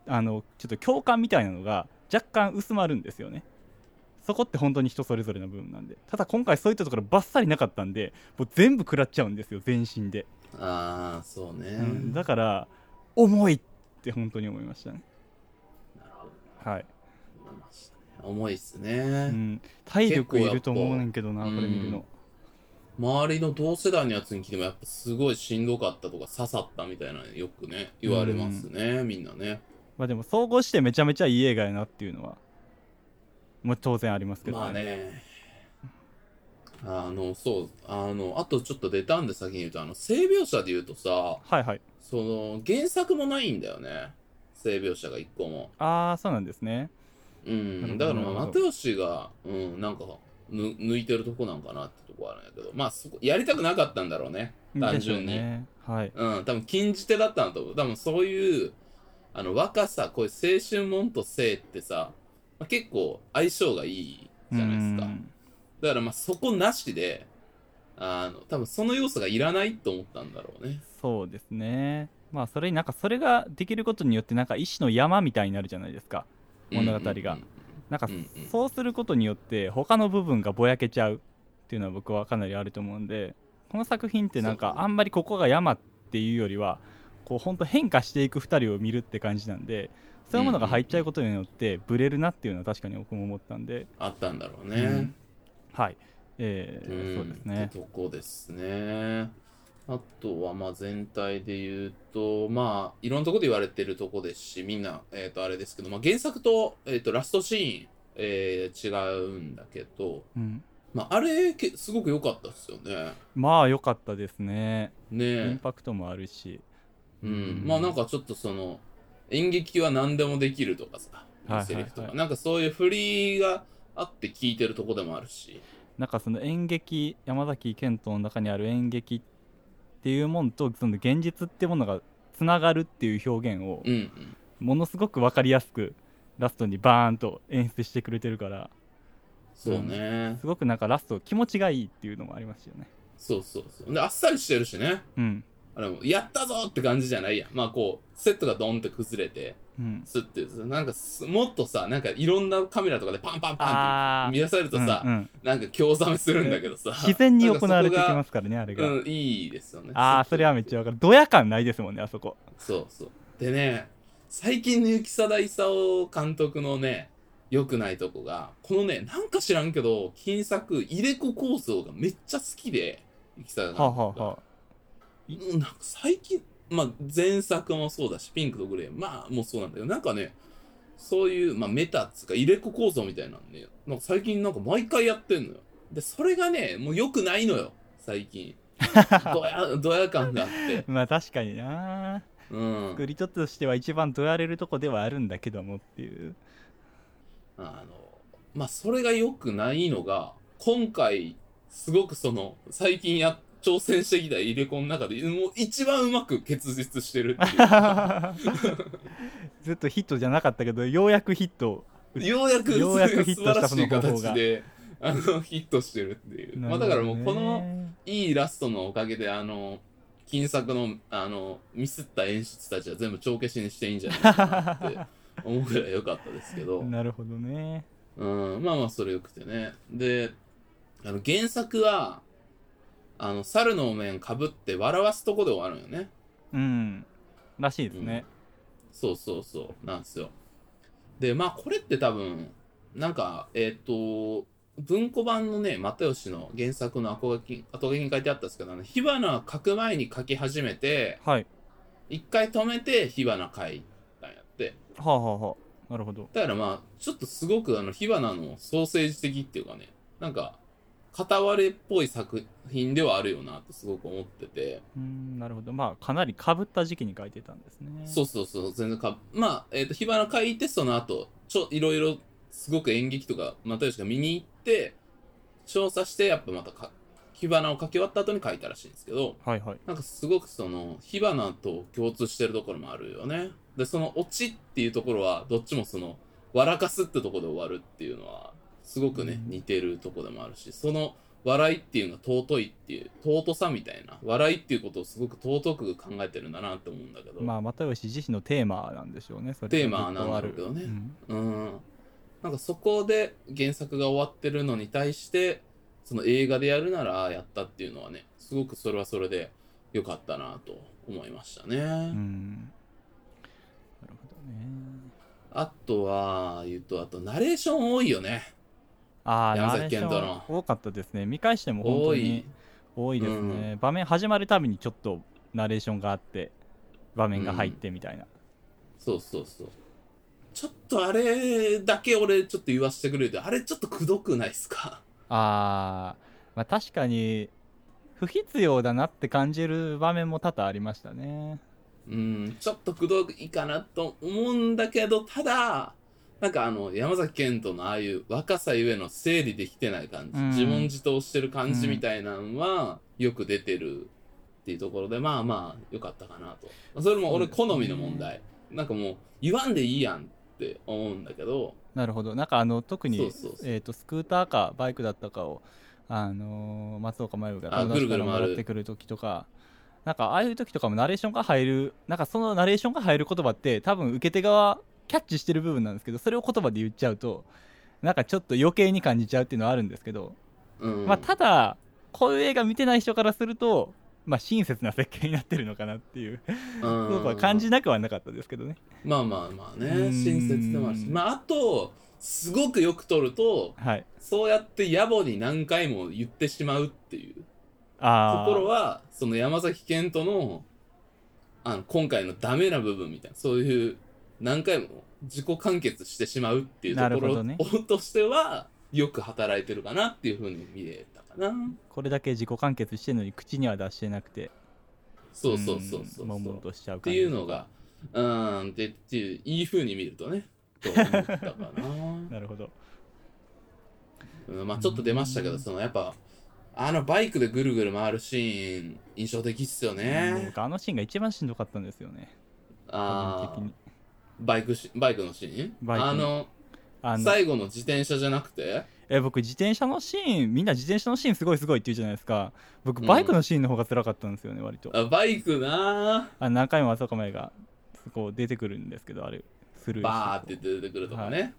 S2: あのちょっと共感みたいなのが若干薄まるんですよねそこって本当に人それぞれの部分なんでただ今回そういったところばっさりなかったんでもう全部食らっちゃうんですよ全身で、
S1: ああ、そうね。
S2: うん、だから重いって本当に思いましたねはい、
S1: 重いっすね。
S2: うん、体力いると思うねんけどなこ
S1: 結構やっぱ
S2: れ見るの
S1: 周りの同世代のやつに聞いてもやっぱすごいしんどかったとか刺さったみたいなのよくね言われますね、みんなね
S2: まあでも総合してめちゃめちゃいい映画やなっていうのはもう当然ありますけど、
S1: まあねあのそうあのあとちょっと出たんで先に言うとあの性描写で言うとさ
S2: はいはい
S1: その原作もないんだよね性描写が一個も
S2: ああそうなんですね
S1: うん
S2: な
S1: だ
S2: る
S1: か
S2: ほ
S1: ら
S2: ど
S1: ま
S2: な
S1: あ
S2: るほど
S1: 又吉がうんなんかぬ抜いてるとこなんかなってとこあるんやけどまあそこやりたくなかったんだろうね単純に
S2: でしょうねはい
S1: うん、多分禁じ手だったんだと思う。多分そういう、あの、若さ、こういう青春もんと性ってさ、まあ、結構相性がいいじゃないですか
S2: う。ん
S1: だからまあそこなしで、あの、多分その要素がいらないと思ったんだろうね。
S2: そうですねまあそれになんかそれができることによってなんか石の山みたいになるじゃないですか物語が、
S1: うんうんうん
S2: なんか
S1: うんうん
S2: そうすることによって他の部分がぼやけちゃうっていうのは僕はかなりあると思うんでこの作品ってなん
S1: そう
S2: か
S1: だね
S2: あんまりここが山っていうよりはこうほんと変化していく2人を見るって感じなんでそういうものが入っちゃうことによってブレるなっていうのは確かに僕も思ったんで、
S1: あったんだろう
S2: う
S1: ね
S2: ん。はいえ
S1: ん
S2: ーそうですね
S1: ってとこですね。あとは、まあ、全体で言うと、まあ、いろんなとこで言われてるとこですし、みんな、えっ、と、あれですけど、まあ、原作と、えっ、と、ラストシーン、えー違うんだけど、
S2: うん、
S1: まあ、あれ、けすごく良かったですよね。
S2: まあ良かったですねイン
S1: ね
S2: パクトもあるし
S1: え。うん。まあ、なんかちょっとその、演劇は何でもできるとかさ、
S2: はい
S1: セリフと
S2: はい
S1: か
S2: はい
S1: なんかそういう振りがあって聞いてるとこでもあるし
S2: なんかその演劇山崎賢人の中にある演劇っていうもんとその現実ってものがつながるっていう表現を
S1: うんうん
S2: ものすごく分かりやすくラストにバーンと演出してくれてるから
S1: そうね
S2: すごくなんかラスト気持ちがいいっていうのもありますよね
S1: そうそうそうであっさりしてるしね
S2: うん
S1: あれもやったぞって感じじゃないやんまあこうセットがドンって崩れて
S2: うん
S1: スッてなんかすもっとさなんかいろんなカメラとかでパンパンパンっ
S2: あ
S1: て見出されるとさ、
S2: うんうん
S1: なんか興ざめするんだけどさ
S2: 自然に行われていきますすからねあれが、
S1: うんいいですよね
S2: ああそれはめっちゃ分かるドヤ感ないですもんねあそこ
S1: そうそう。でね、最近の雪貞勲監督のね、良くないとこが、このね、なんか知らんけど、金作、イデコ構想がめっちゃ好きで、雪貞
S2: はあ
S1: 監
S2: は
S1: 督
S2: あ
S1: が。
S2: はあ
S1: うんなんか最近、まあ前作もそうだし、ピンクとグレー、まあもうそうなんだけど、なんかね、そういう、まあメタっつうか、イデコ構想みたいなんで、なんか最近なんか毎回やってんのよ。で、それがね、もう良くないのよ、最近。ドヤ、ドヤ感があって。
S2: まあ確かにな
S1: うん。
S2: 作り手としては一番ドヤれるとこではあるんだけどもっ ていう
S1: あの、まあ、それが良くないのが、今回、すごくその、最近や、挑戦してきた入れ子の中で、もう一番うまく結実してるっていう
S2: ずっとヒットじゃなかったけどようやくヒット
S1: ようやく、
S2: ようやくヒット
S1: 素晴らしい
S2: したその方法が
S1: 形で、あの、ヒットしてるっていう。まあ、だからもう、この、いいラストのおかげで、あの、金作の、あの、ミスった演出たちは全部帳消しにしていいんじゃないかなって思うぐらい良かったです けど。
S2: なるほどね
S1: うん、まあまあそれよくてね。で、あの原作は、あの、猿のお面かぶって笑わすとこで終わるんよね。
S2: うんらしいですね、
S1: そうそうそう、なんですよ。で、まあこれって多分、なんか、えっ、と、文庫版のね、又吉の原作の後書き後書きに書いてあったんですけど、あの火花書く前に書き始めて、
S2: はい
S1: 一回止めて火花書いたんやって。
S2: はあはあはあなるほど
S1: だからまあ、ちょっとすごくあの、火花のソーセージ的っていうかね、なんか、片割れっぽい作品ではあるよなってすごく思ってて、
S2: うんなるほどまあかなりかぶった時期に書いてたんですね
S1: そうそうそう、全然か、まあ、えっ、と、火花書いて、その後、ちょ、いろいろ、すごく演劇とか、又吉が見に行って、調査して、やっぱまたか、火花を書き終わった後に書いたらしいんですけど、
S2: はいはい
S1: なんかすごくその、火花と共通してるところもあるよね。で、そのオチっていうところは、どっちもその、笑かすってところで終わるっていうのは、すごくね、
S2: うん
S1: 似てるところでもあるし、その、笑いっていうのは尊いっていう、尊さみたいな、笑いっていうことをすごく尊く考えてるんだなって思うんだけど、
S2: まあ又吉自身のテーマなんでしょうねそれ
S1: テーマなんだろうけどね
S2: ん
S1: うん。なんかそこで原作が終わってるのに対して、その映画でやるならああやったっていうのはね、すごくそれはそれで良かったなと思いましたね。
S2: うんなるほどね
S1: あとは、言うと、あと、ナレーション多いよね。
S2: ああ、
S1: 山
S2: ナレ
S1: 崎
S2: ーシ
S1: 賢人の
S2: ョン多かったですね。見返しても本
S1: 多
S2: 当
S1: い
S2: に。多いですね。場面始まるたびにちょっとナレーションがあって、場面が入ってみたいな。
S1: そうそうそう。ちょっとあれだけ俺ちょっと言わせてくれて、あれちょっとくどくないですか。
S2: ああ、まあ確かに不必要だなって感じる場面も多々ありましたね。
S1: うん、ちょっとくどいかなと思うんだけど、ただ、なんかあの、山崎賢人のああいう若さゆえの整理できてない感じ、
S2: うん
S1: 自問自答してる感じみたいなのは、よく出てるっていうところで、まあまあ、よかったかなと。まあそれも俺好みの問題。なんかもう、言わんでいいやんって思うんだけど、
S2: なるほど。なんかあの、特に、
S1: そうそうそう
S2: えっ、と、スクーターかバイクだったかを、あのー松岡真優が
S1: あぐるぐる回る
S2: 友達からもらってくる時とか、なんかああいう時とかもナレーションが入る、なんかそのナレーションが入る言葉って多分受け手側キャッチしてる部分なんですけど、それを言葉で言っちゃうと、なんかちょっと余計に感じちゃうっていうのはあるんですけど、
S1: うん。
S2: まあただ、こういう映画見てない人からすると、まあ親切な設計になってるのかなっていう、
S1: うん
S2: そうは感じなくはなかったですけどね。
S1: まあまあまあ
S2: う
S1: ね
S2: ん
S1: 親切でもあるしまああとすごくよく撮ると
S2: はい。
S1: そうやって野暮に何回も言ってしまうっていうと
S2: ああ。
S1: ころはその山崎賢人のあの今回のダメな部分みたいなそういう何回も自己完結してしまうっていうと
S2: なる
S1: こ
S2: ほ
S1: ろ
S2: どね
S1: をとしてはよく働いてるかなっていうふうに見えたかな
S2: これだけ自己完結してるのに口には出してなくて
S1: そうそうそうそううんそ
S2: 悶々
S1: う
S2: としちゃう
S1: っていうのが、うーん、で、っていう、いい風に見るとね、と思ったか な。
S2: なるほど
S1: うん、まあちょっと出ましたけど、そのやっぱ、あのバイクでぐるぐる回るシーン、印象的っすよ
S2: うん
S1: ね
S2: 僕。あのシーンが一番しんどかったんですよね
S1: あ
S2: 個人
S1: あ
S2: 的、に
S1: バイクし、バイクのシーン
S2: バイクの
S1: あの、
S2: あの
S1: 最後の自転車じゃなくて
S2: え僕自転車のシーンみんな自転車のシーンすごいすごいって言うじゃないですか僕
S1: うん
S2: バイクのシーンの方が辛かったんですよね割と
S1: あバイクな
S2: あ何回も朝岡前がこう出てくるんですけどあれスル
S1: ー
S2: ーして
S1: バーって出てくるとかね、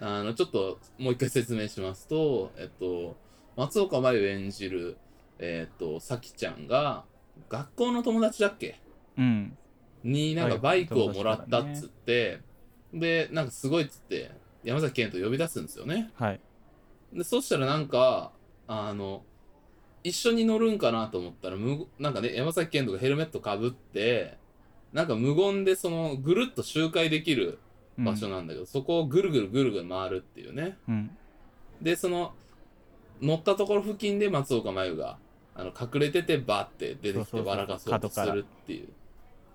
S1: あのちょっともう一回説明しますと、えっと、松岡茉優演じる、えっと、咲ちゃんが学校の友達だっけ
S2: うん
S1: になんかバイクをもらったっつって、でなんかすごいっつって山崎賢人呼び出すんですよね
S2: はい
S1: でそしたらなんかあの一緒に乗るんかなと思ったら無なんかね山崎賢人がヘルメットかぶってなんか無言でそのぐるっと周回できる
S2: うん
S1: 場所なんだけど、そこをぐるぐるぐるぐる回るっていうね
S2: うん
S1: でその乗ったところ付近で松岡茉優があの隠れててバーって出て
S2: そう
S1: きて
S2: そうそう
S1: 笑かそうと
S2: 角
S1: す
S2: から
S1: るっていう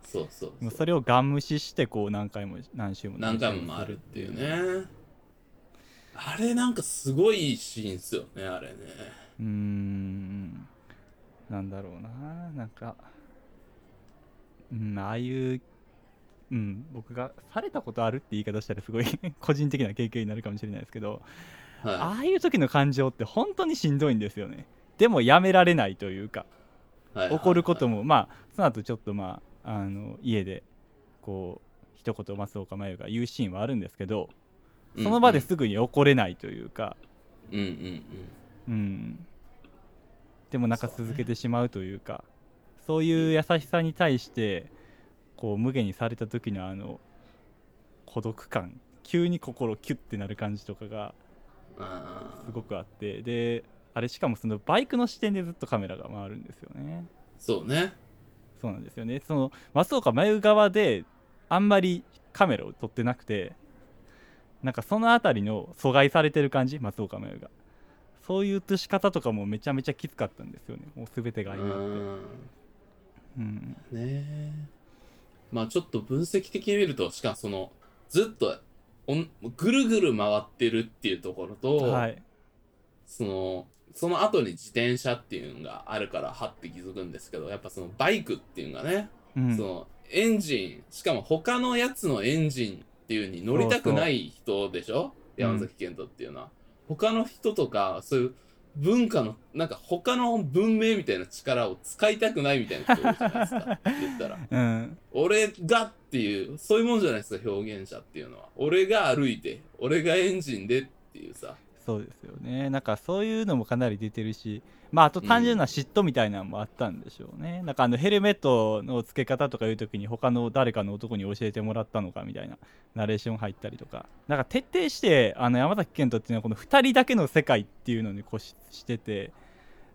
S1: そうそう
S2: もう
S1: そう
S2: それをガン無視してこう何回も何周も
S1: 何回も回るっていうねあれなんかすごいシーンっすよねあれね
S2: うーんなんだろうななんかうんああいううん僕がされたことあるって言い方したらすごい 個人的な経験になるかもしれないですけど
S1: は
S2: ああいう時の感情って本当にしんどいんですよねでもやめられないというか
S1: いはい
S2: 怒ることもまあその後ちょっとまああの家でこう一言松岡茉優が言うシーンはあるんですけどその場ですぐに怒れないというか
S1: うんうんうん
S2: うんでもなんか続けてしまうというかそういう優しさに対してこう無下にされた時のあの孤独感急に心キュッてなる感じとかが
S1: あ
S2: す
S1: ー
S2: ごくあってであれしかもそのバイクの視点でずっとカメラが回るんですよね
S1: そうね
S2: そうなんですよねその松岡真優側であんまりカメラを撮ってなくてなんかその辺りの阻害されてる感じ松岡真優がそういう映し方とかもめちゃめちゃきつかったんですよねもう全て
S1: う
S2: が相まって
S1: ん
S2: うん
S1: ねえまあちょっと分析的に見るとしかもそのずっとおんぐるぐる回ってるっていうところと、
S2: はい
S1: そのその後に自転車っていうのがあるからはって気づくんですけどやっぱそのバイクっていうのがね
S2: うん
S1: そのエンジンしかも他のやつのエンジンっていうに乗りたくない人でしょ
S2: う
S1: 山崎賢人っていうのは、他の人とかそういう文化のなんか他の文明みたいな力を使いたくないみたいな人いるじゃないですか言ったら
S2: うん
S1: 俺がっていうそういうもんじゃないですか表現者っていうのは俺が歩いて俺がエンジンでっていうさ
S2: そうですよねなんかそういうのもかなり出てるしまああと単純な嫉妬みたいなのもあったんでしょうね、なんかあのヘルメットの付け方とかいう時に他の誰かの男に教えてもらったのかみたいなナレーション入ったりとかなんか徹底してあの山崎賢人っていうのはこの2人だけの世界っていうのに固執してて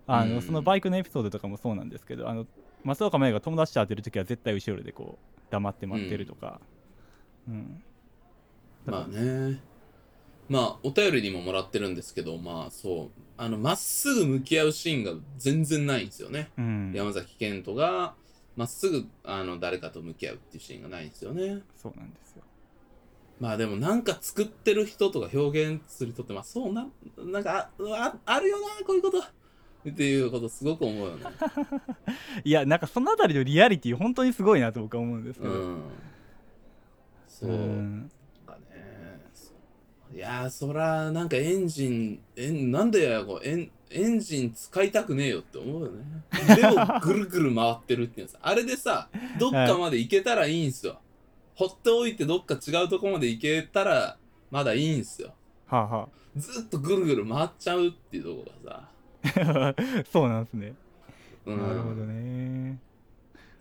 S2: あの、
S1: うん
S2: そのバイクのエピソードとかもそうなんですけどあの松岡茉優が友達と当てる時は絶対後ろでこう黙って待ってるとか、うん
S1: まあねまあお便りにももらってるんですけどまあそうあのまっすぐ向き合うシーンが全然ないんですよね
S2: うん、
S1: 山崎賢人がまっすぐあの誰かと向き合うっていうシーンがないんですよね
S2: そうなんですよ
S1: まあでもなんか作ってる人とか表現する人ってまあそうななんかあうわあるよなこういうことっていうことすごく思うよね
S2: いやなんかそのあたりのリアリティ本当にすごいなと僕は 思うんですけ
S1: う
S2: ど、
S1: んそう
S2: う
S1: なん
S2: ん
S1: かねそういやーそらなんかエンジンえんなんでやこうエンエンジン使いたくねえよって思うよねでもぐるぐる回ってるっていうのさあれでさどっかまで行けたらいいんすよ、ほっておいてどっか違うとこまで行けたらまだいいんすよ
S2: はあ、は
S1: ずっとぐるぐる回っちゃうっていうとこがさ、
S2: あ、 そうなんですね、
S1: うん、
S2: なるほどね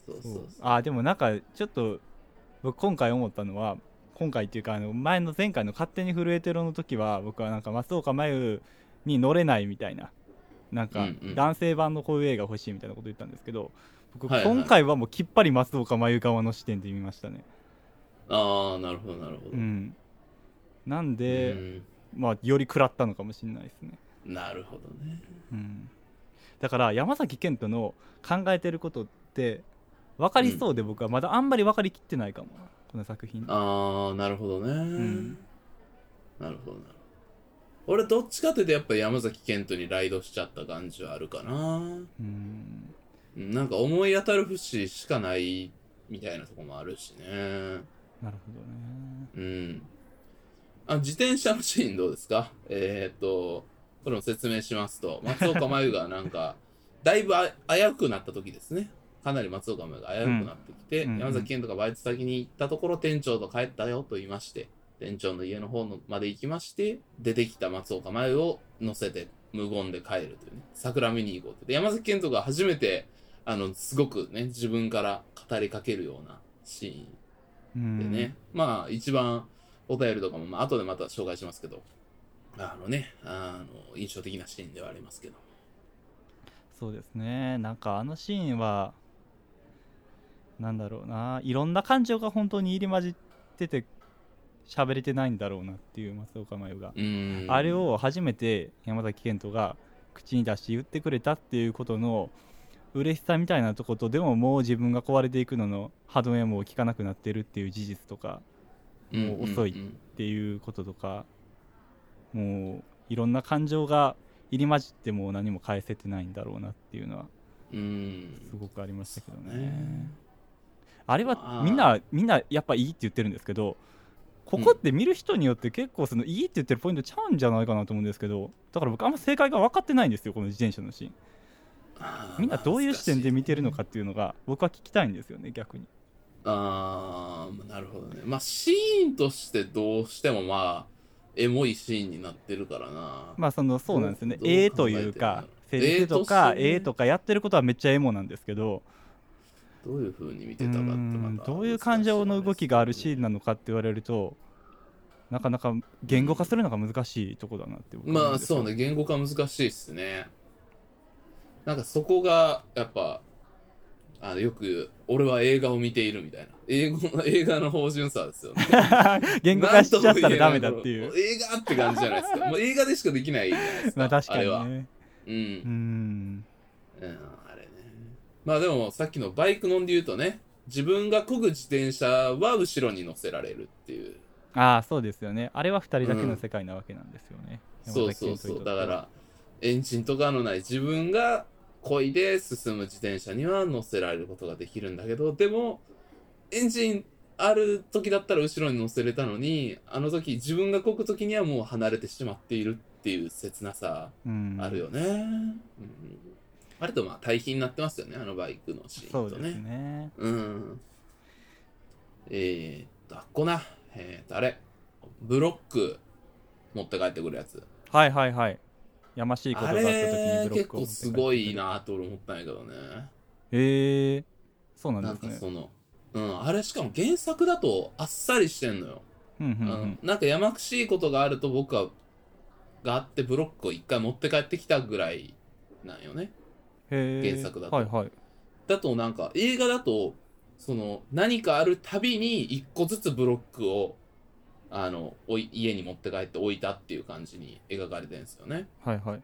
S1: そうそ
S2: そうう
S1: そう
S2: あでもなんかちょっと僕今回思ったのは今回っていうかあの前の前回の「勝手に震えてろ」の時は僕はなんか松岡真優に乗れないみたいななん
S1: う
S2: か
S1: んうん
S2: 男性版のこういう映画欲しいみたいなこと言ったんですけど僕
S1: はいはい
S2: 今回はもうきっぱり松岡真優側の視点で見ましたね
S1: ああなるほどなるほど、
S2: うんなん
S1: う
S2: で、
S1: ん
S2: まあより食らったのかもしれないですね
S1: なるほどね
S2: うんだから山崎賢人の考えてることって分かりそうで僕はまだあんまり分かりきってないかも、この作品
S1: ああなるほどね、
S2: ん
S1: なるほどな俺どっちかというとやっぱ山崎賢人にライドしちゃった感じはあるかな
S2: うん
S1: なんか思い当たる節しかないみたいなとこもあるしね
S2: なるほどね
S1: うんあ自転車のシーンどうですかえー、っとこれも説明しますと松岡真優がなん かだいぶあ危うくなった時ですねかなり松岡真優が危うくなってきて、
S2: うんうんうん
S1: 山崎賢人がバイト先に行ったところ店長と帰ったよと言いまして店長の家の方のまで行きまして出てきた松岡真優を乗せて無言で帰るというね桜見に行こうってで山崎賢人が初めてあのすごくね自分から語りかけるようなシーン
S2: うん
S1: でね、まあ一番お便りとかも、まあ後でまた紹介しますけど、あのね、あの印象的なシーンではありますけど。
S2: そうですねなんかあのシーンはなんだろうないろんな感情が本当に入り混じってて喋れてないんだろうなっていう松岡真優が
S1: う、ーん
S2: あれ、を初めて山崎賢人が口に出して言ってくれたっていうことの嬉しさみたいなとことでももう自分が壊れていくのの歯止めも効かなくなってるっていう事実とかもう遅い
S1: ん
S2: っていうこととかもういろんな感情が入り混じってもう何も返せてないんだろうなっていうのは
S1: うんうん
S2: すごくありましたけど
S1: そうね
S2: ね。あれ
S1: ま
S2: は
S1: あ
S2: みんな、みんなやっぱいいって言ってるんですけど、ここって見る人によって結構そのいいって言ってるポイントちゃうんじゃないかなと思うんですけど、だから僕あんま正解が分かってないんですよ、この自転車のシーン。
S1: あー
S2: みんなどういう視点で見てるのかっていうのが僕は聞きたいんですよね、逆に。
S1: あーなるほどね。まあシーンとしてどうしてもまあ、エモいシーンになってるからな。
S2: まあそのそうなんですよね、
S1: どう
S2: 絵というか
S1: どう考、えて
S2: セ
S1: るんだろう
S2: リフと
S1: えーとそ
S2: か
S1: うね
S2: 絵とかやってることはめっちゃエモなんですけど、
S1: どういう風に見
S2: う
S1: てたかって
S2: ん
S1: また
S2: どういう感情の動きがあるシーンなのかって言われると、なかなか言語化するのが難しいとこだなって僕は思
S1: まあ
S2: んですよ
S1: そうね言語化難しいっすねなんかそこがやっぱあのよく俺は映画を見ているみたいな英語の映画の芳醇さですよね
S2: 言語化しちゃったらダメだってい
S1: なん
S2: う
S1: とも。言えない映画って感じじゃないですかもう映画でしかできないじゃないですか,、
S2: まあ確か
S1: あれは
S2: にね。
S1: うん、
S2: うーん。
S1: うん、あれねまあでもさっきのバイク論で言うとね自分が漕ぐ自転車は後ろに乗せられるっていう
S2: ああ、そうですよね。あれは2人だけの世界なわけなんですよね。
S1: そう
S2: 山崎
S1: そう
S2: 賢
S1: そ
S2: 人にと
S1: う
S2: って
S1: だ
S2: は
S1: からエンジンとかのない自分が漕いで進む自転車には乗せられることができるんだけどでもエンジンある時だったら後ろに乗せれたのにあの時自分が漕ぐ時にはもう離れてしまっているっていう切なさ
S2: うん、
S1: あるよね、うんあれとまあ対比になってますよねあのバイクのシー
S2: そ
S1: ン
S2: う
S1: と
S2: で
S1: ね
S2: すね。
S1: うんえー、っとあっこなえー、っとあれブロック持って帰ってくるやつ
S2: はいはいはい。やましいことが
S1: あ
S2: あった時に
S1: れ
S2: ブロッ
S1: 結
S2: クを
S1: 構
S2: 持って帰ってく
S1: す
S2: る
S1: ごい。なと俺思ったんやけどね
S2: へえー。そうな
S1: なん
S2: ん
S1: か
S2: ですね。
S1: そのうんあれしかも原作だとあっさりしてんのよ、
S2: うんう
S1: うんん
S2: うん。
S1: なんかやまくしいことがあると僕はがあってブロックを一回持って帰ってきたぐらいなんよね
S2: へえ。
S1: 原作だと
S2: はいはい。
S1: だとなんか映画だとその何かあるたびに一個ずつブロックをあのおい家に持って帰って置いたっていう感じに描かれてるんですよね
S2: はいはい。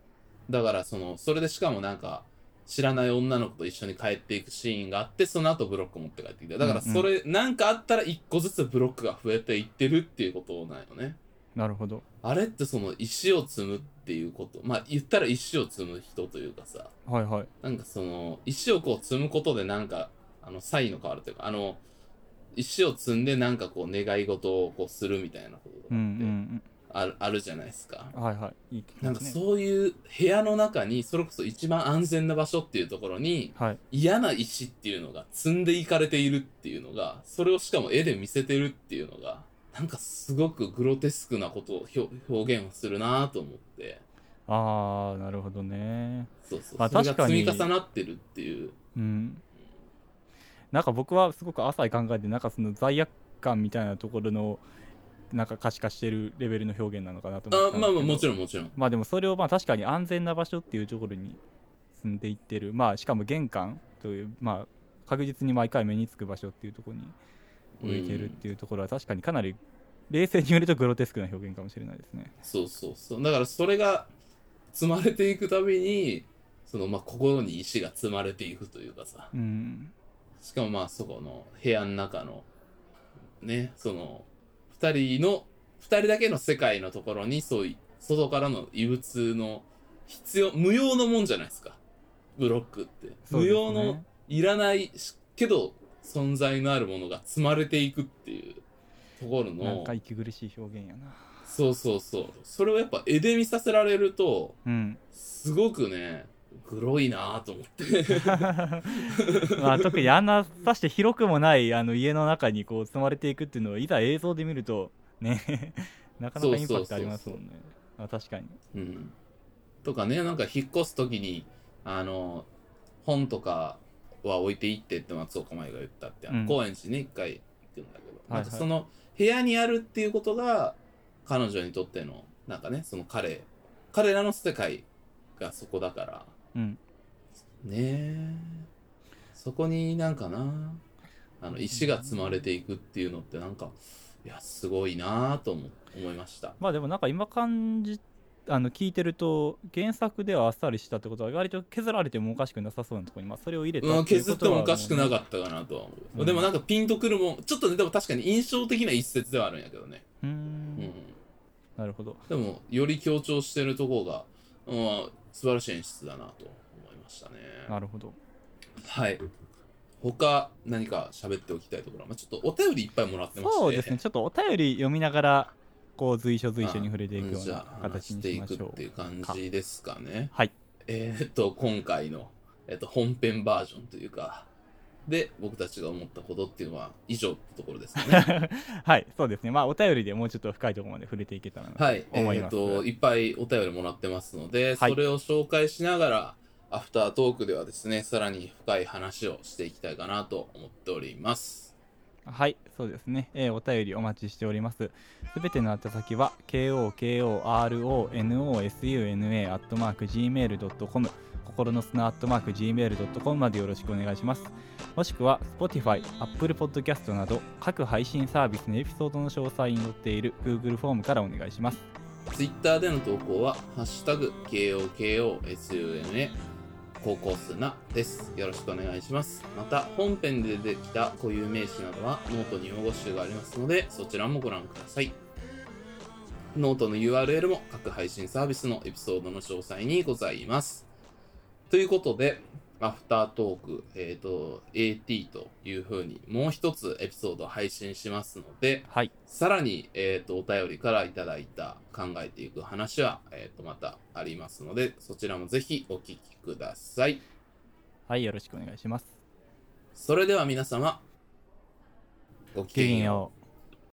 S1: だからそのそれでしかもなんか知らない女の子と一緒に帰っていくシーンがあってその後ブロック持って帰ってきただから
S2: うんうん
S1: それなんかあったら一個ずつブロックが増えていってるっていうことなんよね
S2: なるほど。
S1: あれってその石を積むっていうことまあ言ったら石を積む人というかさ
S2: はいはい。
S1: なんかその石をこう積むことでなんかあの才の変わるというかあの石を積んでなんかこう願い事をこうするみたいなこと
S2: う
S1: が
S2: ん
S1: ある,、あるじゃないですか
S2: うんうん。はいはい。いいですね
S1: なんかそういう部屋の中にそれこそ一番安全な場所っていうところに
S2: はい。
S1: 嫌な石っていうのが積んでいかれているっていうのがそれをしかも絵で見せてるっていうのがなんかすごくグロテスクなことを表表現をするなと思って
S2: ああ、なるほどね。
S1: そうそう、
S2: まあ
S1: それが
S2: 確かに
S1: 積み重なってるっていう
S2: うん、なんか僕はすごく浅い考えでなんかその罪悪感みたいなところのなんか可視化してるレベルの表現なのかなと思って
S1: あ
S2: たんで
S1: ますあ
S2: けど
S1: まあもちろんもちろん
S2: まあでもそれをまあ確かに安全な場所っていうところに住んでいってるまあしかも玄関というまあ確実に毎回目につく場所っていうところに置いてるっていうところは確かにかなり冷静に言うとグロテスクな表現かもしれないですね。
S1: そうそうそうだからそれが積まれていくたびにそのまあ心に石が積まれていくというかさ
S2: うん、
S1: しかもまあそこの部屋の中のねその2人の二人だけの世界のところにそういう外からの異物の必要無用のもんじゃないですかブロックって、
S2: そう
S1: 無
S2: ですね
S1: 用のいらないしけど存在のあるものが積まれていくっていうところ
S2: なん
S1: の
S2: か息苦しい表現やな
S1: そうそうそうそれをやっぱ絵で見させられると
S2: うん
S1: すごくねグロいなぁと思って
S2: まあ、特にあんなさして広くもないあの家の中にこう積まれていくっていうのをいざ映像で見るとね なかなかインパクトありますもんねあ確かに
S1: うん、とかねなんか引っ越す時にあの本とかは置いていってって松岡前が言ったってあの、
S2: うん
S1: 高円寺ね一回行くんだけど、
S2: はいはい
S1: なんかその部屋にあるっていうことが彼女にとってのなんかねその彼彼らの世界がそこだから
S2: うん
S1: ねえそこになんかなあの石が積まれていくっていうのってなんかいやすごいなぁと思思いました。
S2: まあでもなんか今感じあの聞いてると原作ではあっさりしたってことは割と削られてもおかしくなさそうなところに、まあ、それを入れた
S1: うん、
S2: っていう
S1: 削
S2: こ
S1: って
S2: とは
S1: もおかしくな
S2: も
S1: かったかなとは思う、
S2: うん
S1: でもなんかピンとくるもんちょっとねでも確かに印象的な一節ではあるんやけどね、
S2: うねうー
S1: うん
S2: んなるほど
S1: でもより強調してるとこが、うん、素晴らしい演出だなと思いましたね
S2: なるほど
S1: はい他何か喋っておきたいところは、まあ、ちょっとお便りいっぱいもらってまして
S2: そうですねちょっとお便り読みながらこう随所随所に触れていくよう
S1: じゃ
S2: な
S1: あ話し
S2: 形に
S1: て
S2: し
S1: い
S2: ま
S1: く
S2: し
S1: っ
S2: ょ
S1: て
S2: う
S1: いう感じですかね
S2: はい
S1: えーっと今回の、えーっと本編バージョンというかで僕たちが思ったことっていうのは以上ってところですかね
S2: はいそうですねまあお便りでもうちょっと深いところまで触れていけたらなと
S1: はい、え
S2: 思い
S1: ー
S2: ま
S1: っ
S2: す、
S1: といっぱいお便りもらってますので、
S2: はい
S1: それを紹介しながらアフタートークではですねさらに深い話をしていきたいかなと思っております
S2: はい、そうですね。えーお便りお待ちしております。すべての宛先は、kokorosuna.gmail.com、心の砂 .gmail.com までよろしくお願いします。もしくは、Spotify、Apple Podcast など、各配信サービスのエピソードの詳細に載っている Google フォームからお願いします。
S1: Twitter での投稿は「ハッシュタグ #KOKOSUNA 高校数な」ですよろしくお願いしますまた本編で出てきた固有名詞などはノートに用語集がありますのでそちらもご覧くださいノートの URL も各配信サービスのエピソードの詳細にございますということで、アフタートーク、えっ、と、AT というふうに、もう一つエピソードを配信しますので、
S2: はい、
S1: さらに、えっ、と、お便りからいただいた考えていく話は、えっ、と、またありますので、そちらもぜひお聞きください。
S2: はい、よろしくお願いします。
S1: それでは皆様、ごき
S2: ごき
S1: げ
S2: げ
S1: ん
S2: ん
S1: よう。
S2: よう。